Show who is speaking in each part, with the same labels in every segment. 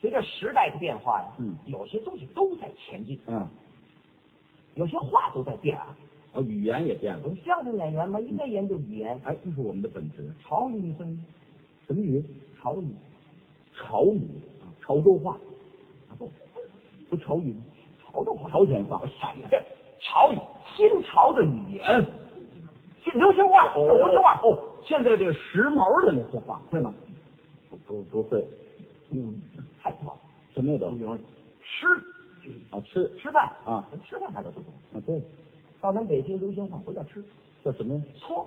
Speaker 1: 随着时代的变化呀，
Speaker 2: 嗯
Speaker 1: 有些东西都在前进，
Speaker 2: 嗯，
Speaker 1: 有些话都在变啊。
Speaker 2: 哦，语言也变
Speaker 1: 我
Speaker 2: 了。
Speaker 1: 们相声演员嘛，应该研究语言，
Speaker 2: 哎，这是我们的本质。
Speaker 1: 潮语分
Speaker 2: 什么语？
Speaker 1: 潮语，
Speaker 2: 潮语，啊潮州话，
Speaker 1: 啊不，
Speaker 2: 不潮语吗？
Speaker 1: 潮州话，
Speaker 2: 朝鲜话
Speaker 1: 什么这潮语，新潮的语言，
Speaker 2: 嗯，
Speaker 1: 新流行话，流行话，
Speaker 2: 哦，现在这个时髦的那些话会吗？不不不会，
Speaker 1: 嗯，太多了。
Speaker 2: 什么也都
Speaker 1: 比如吃，
Speaker 2: 啊吃
Speaker 1: 吃饭
Speaker 2: 啊，
Speaker 1: 吃饭大家都懂。
Speaker 2: 啊对，
Speaker 1: 到咱北京流行话不叫吃，
Speaker 2: 叫什么呀？
Speaker 1: 搓，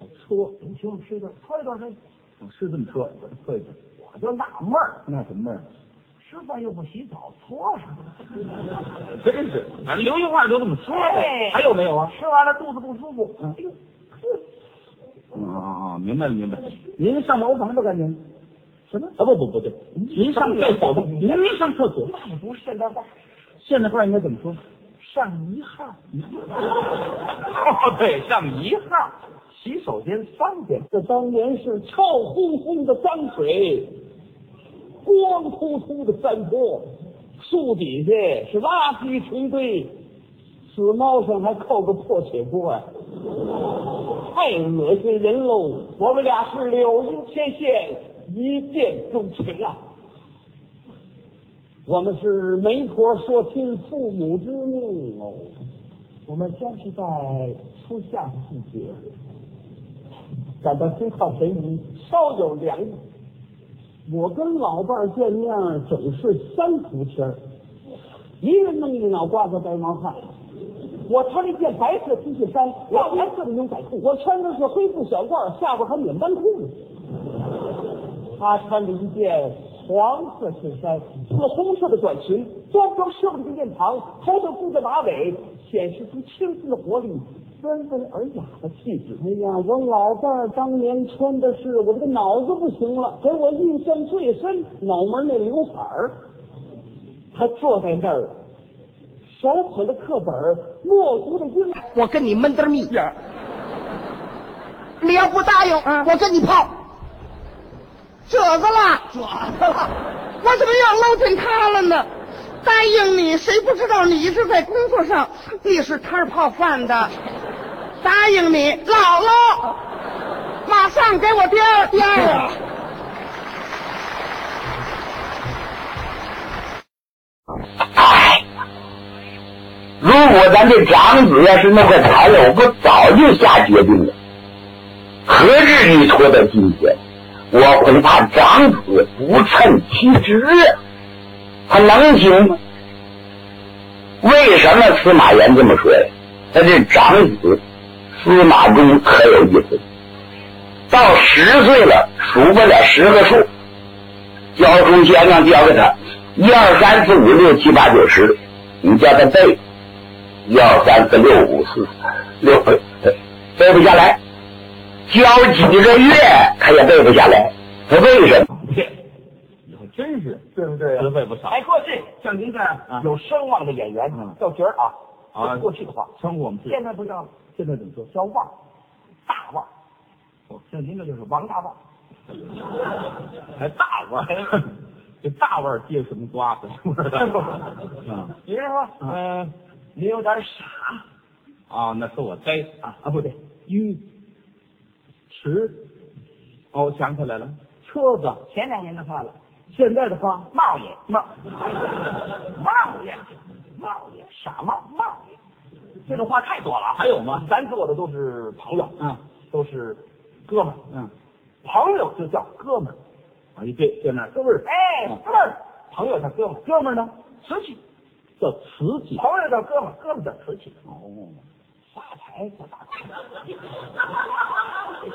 Speaker 2: 啊搓，
Speaker 1: 你请我们吃一顿，搓一顿呗。
Speaker 2: 啊是这么说，会的。
Speaker 1: 我就纳闷儿，
Speaker 2: 那什么味儿？
Speaker 1: 吃饭又不洗澡，搓什么？
Speaker 2: 真是，反正流行话就这么说
Speaker 1: 哎
Speaker 2: 还有没有啊？
Speaker 1: 吃完了肚子不舒服，
Speaker 2: 嗯
Speaker 1: 哎呦，
Speaker 2: 嗯啊啊，明白了明白了。您上茅房不干净？什么？啊不不不对，您上厕所吧，您上厕所。
Speaker 1: 那不是现代化，
Speaker 2: 现在话应该怎么说？
Speaker 1: 上一号，
Speaker 2: 哦，对，上一号。
Speaker 1: 洗手间三遍，
Speaker 2: 这当年是臭烘烘的脏水，光秃秃的山坡，树底下是垃圾成堆，死猫上还扣个破铁锅呀、太恶心人喽！我们俩是柳阴天线，一见钟情啊！我们是媒婆说亲父母之命哦，
Speaker 1: 我们将是在初夏季节，
Speaker 2: 感到心旷神怡，稍有凉意。我跟老伴儿见面儿总是三伏天儿，一人弄一脑瓜子白毛汗。我穿了一件白色 T 恤衫，老蓝色的牛仔裤，我穿的是灰布小褂儿，下边还免单裤呢。他穿着一件黄色衬衫，和红色的短裙，端庄秀丽的面庞，头上箍着马尾，显示出青春的活力，温文尔雅的气质。哎呀，我老伴儿当年穿的是，我这个脑子不行了，给我印象最深，脑门那刘海儿。他坐在那儿，手捧着课本儿，默读着英语。
Speaker 3: 我跟你闷得密。你要不答应，我跟你泡。褶子了，褶子了，我怎么要搂进他了呢？答应你，谁不知道你是在工作上，你是摊儿泡饭的。答应你，姥姥，马上给我第二第二啊！
Speaker 4: 如果咱这长子要是弄个残了，我不早就下决定了，何至于拖到今天？我恐怕长子不称其职，啊他能行吗？为什么司马炎这么说呀？他这长子司马衷可有意思，到十岁了数不了十个数，教书先生教给他一二三四五六七八九十，你叫他背。一二三四六五四六，呃背不下来，教几个月他也背不下来，他为什
Speaker 2: 啊
Speaker 4: 么？
Speaker 2: 以后真是
Speaker 1: 对不对
Speaker 2: 词汇不少啊
Speaker 1: 哎，过去像您这样有声望的演员
Speaker 2: 嗯
Speaker 1: 叫角儿啊，
Speaker 2: 啊
Speaker 1: 过去的话，
Speaker 2: 称呼我们自己。
Speaker 1: 现在不叫了，
Speaker 2: 现在怎么说？
Speaker 1: 叫腕儿，大腕儿。像您这就是王大 哎腕儿，
Speaker 2: 还大腕儿，哎这大腕儿接什么瓜 子？不知道啊
Speaker 1: 比如嗯说，嗯、您有点傻，
Speaker 2: 啊，那是我呆啊啊，不对，晕，迟，哦，想起来了，车子。
Speaker 1: 前两年的话了，
Speaker 2: 现在的话，
Speaker 1: 帽爷帽，帽爷帽爷傻帽帽爷，这种话太多了啊。
Speaker 2: 还有吗
Speaker 1: 咱做的都是朋友，
Speaker 2: 啊，
Speaker 1: 都是哥们儿，
Speaker 2: 嗯，
Speaker 1: 朋友就叫哥们儿，
Speaker 2: 啊，一对，在那儿哥们儿，
Speaker 1: 哎，
Speaker 2: 嗯
Speaker 1: 哥们儿，朋友叫哥们儿，哥们儿呢，瓷器，
Speaker 2: 叫瓷器。
Speaker 1: 朋友叫哥们儿，哥们儿叫瓷器，
Speaker 2: 哦，
Speaker 1: 发财叫大财，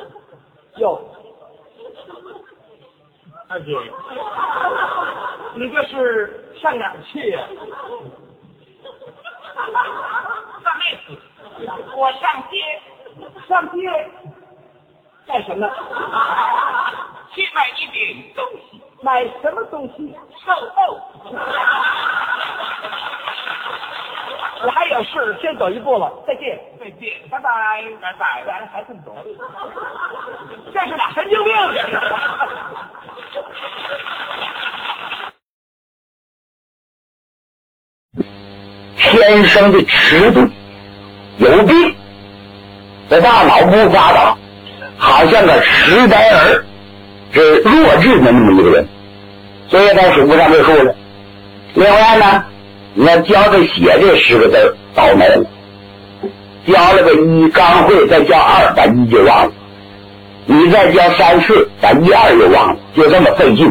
Speaker 2: 叫，二姐，
Speaker 1: 哎你这是上哪儿去呀、上妹子，我上街，上街干什么？去买一点东西。买什么东西？瘦肉。我还有事，先走一步了，再见，再见，拜拜，拜拜，咱还这么走，这是俩神经病，这是。
Speaker 4: 天生的迟钝，有病，这大脑不发达，好像个痴呆儿，这弱智的那么一个人，所以他数不上这数了。另外呢，你要教他写这十个字儿，倒霉了，教了个一刚会，再教二，把一就忘了。你再教三次，把一二又忘了，就这么费劲。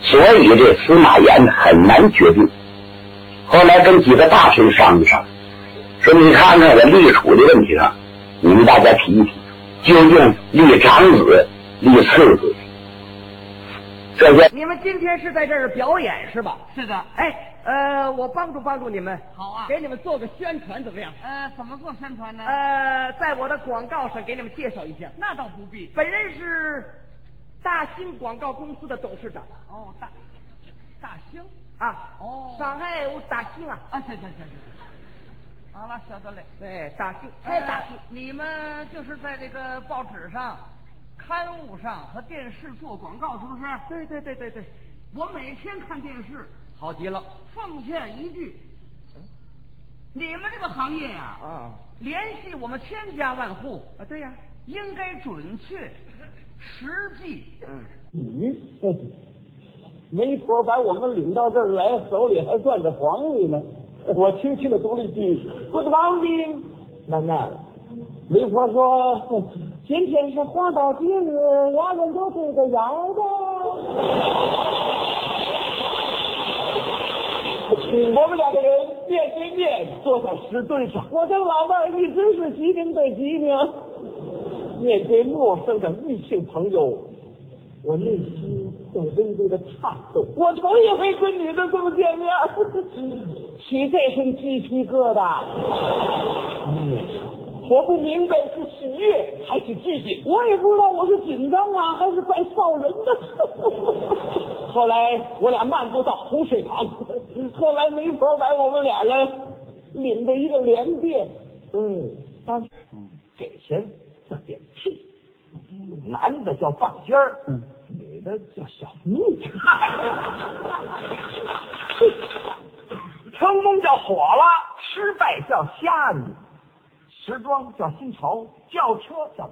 Speaker 4: 所以这司马炎很难决定。后来跟几个大臣商议商议，说你看看我立储的问题上，你们大家提一提，究竟立长子、立次子，这些
Speaker 5: 你们今天是在这儿表演是吧？
Speaker 6: 是的，
Speaker 5: 哎，呃，我帮助帮助你们，
Speaker 6: 好啊。
Speaker 5: 给你们做个宣传怎么样？
Speaker 6: 呃，怎么做宣传呢？
Speaker 5: 呃，在我的广告上给你们介绍一下，
Speaker 6: 那倒不必。
Speaker 5: 本人是大兴广告公司的董事长
Speaker 6: 哦，大大兴
Speaker 5: 啊。
Speaker 6: 哦
Speaker 5: 上海有大兴啊，
Speaker 6: 啊，对对对对。好了，晓得嘞。
Speaker 5: 对，大兴，哎，大兴
Speaker 6: 呃，你们就是在这个报纸上、刊物上和电视做广告，是不是？
Speaker 5: 对对对对对，
Speaker 6: 我每天看电视，
Speaker 5: 好极了
Speaker 6: 奉劝一句，你们这个行业呀、
Speaker 5: 啊
Speaker 6: 联系我们千家万户，
Speaker 5: 啊，对呀、
Speaker 6: 应该准确、实际。
Speaker 5: 嗯，
Speaker 1: 你这媒婆把我们领到这儿来，手里还攥着黄历呢。我轻轻的读了一句：“Good morning，楠楠。”媒婆说：“今天是花岛节日，俩人都这个样的。”我们两个人面对面坐在石墩上，我跟老伴儿一直是机灵对机灵。面对陌生的异性朋友，我内心在微微的颤抖。我头一回跟女的这么见 面，起这身鸡皮疙瘩。嗯我不明白是喜悦还是拘谨，我也不知道我是紧张啊还是怪臊人的。 后来我俩漫步到红水旁，后来媒婆把我们俩人领着一个连店，嗯，当时给钱叫点屁。男的叫棒尖儿，女的叫小蜜，
Speaker 7: 成功叫火了，失败叫瞎你，时装叫新潮，轿车叫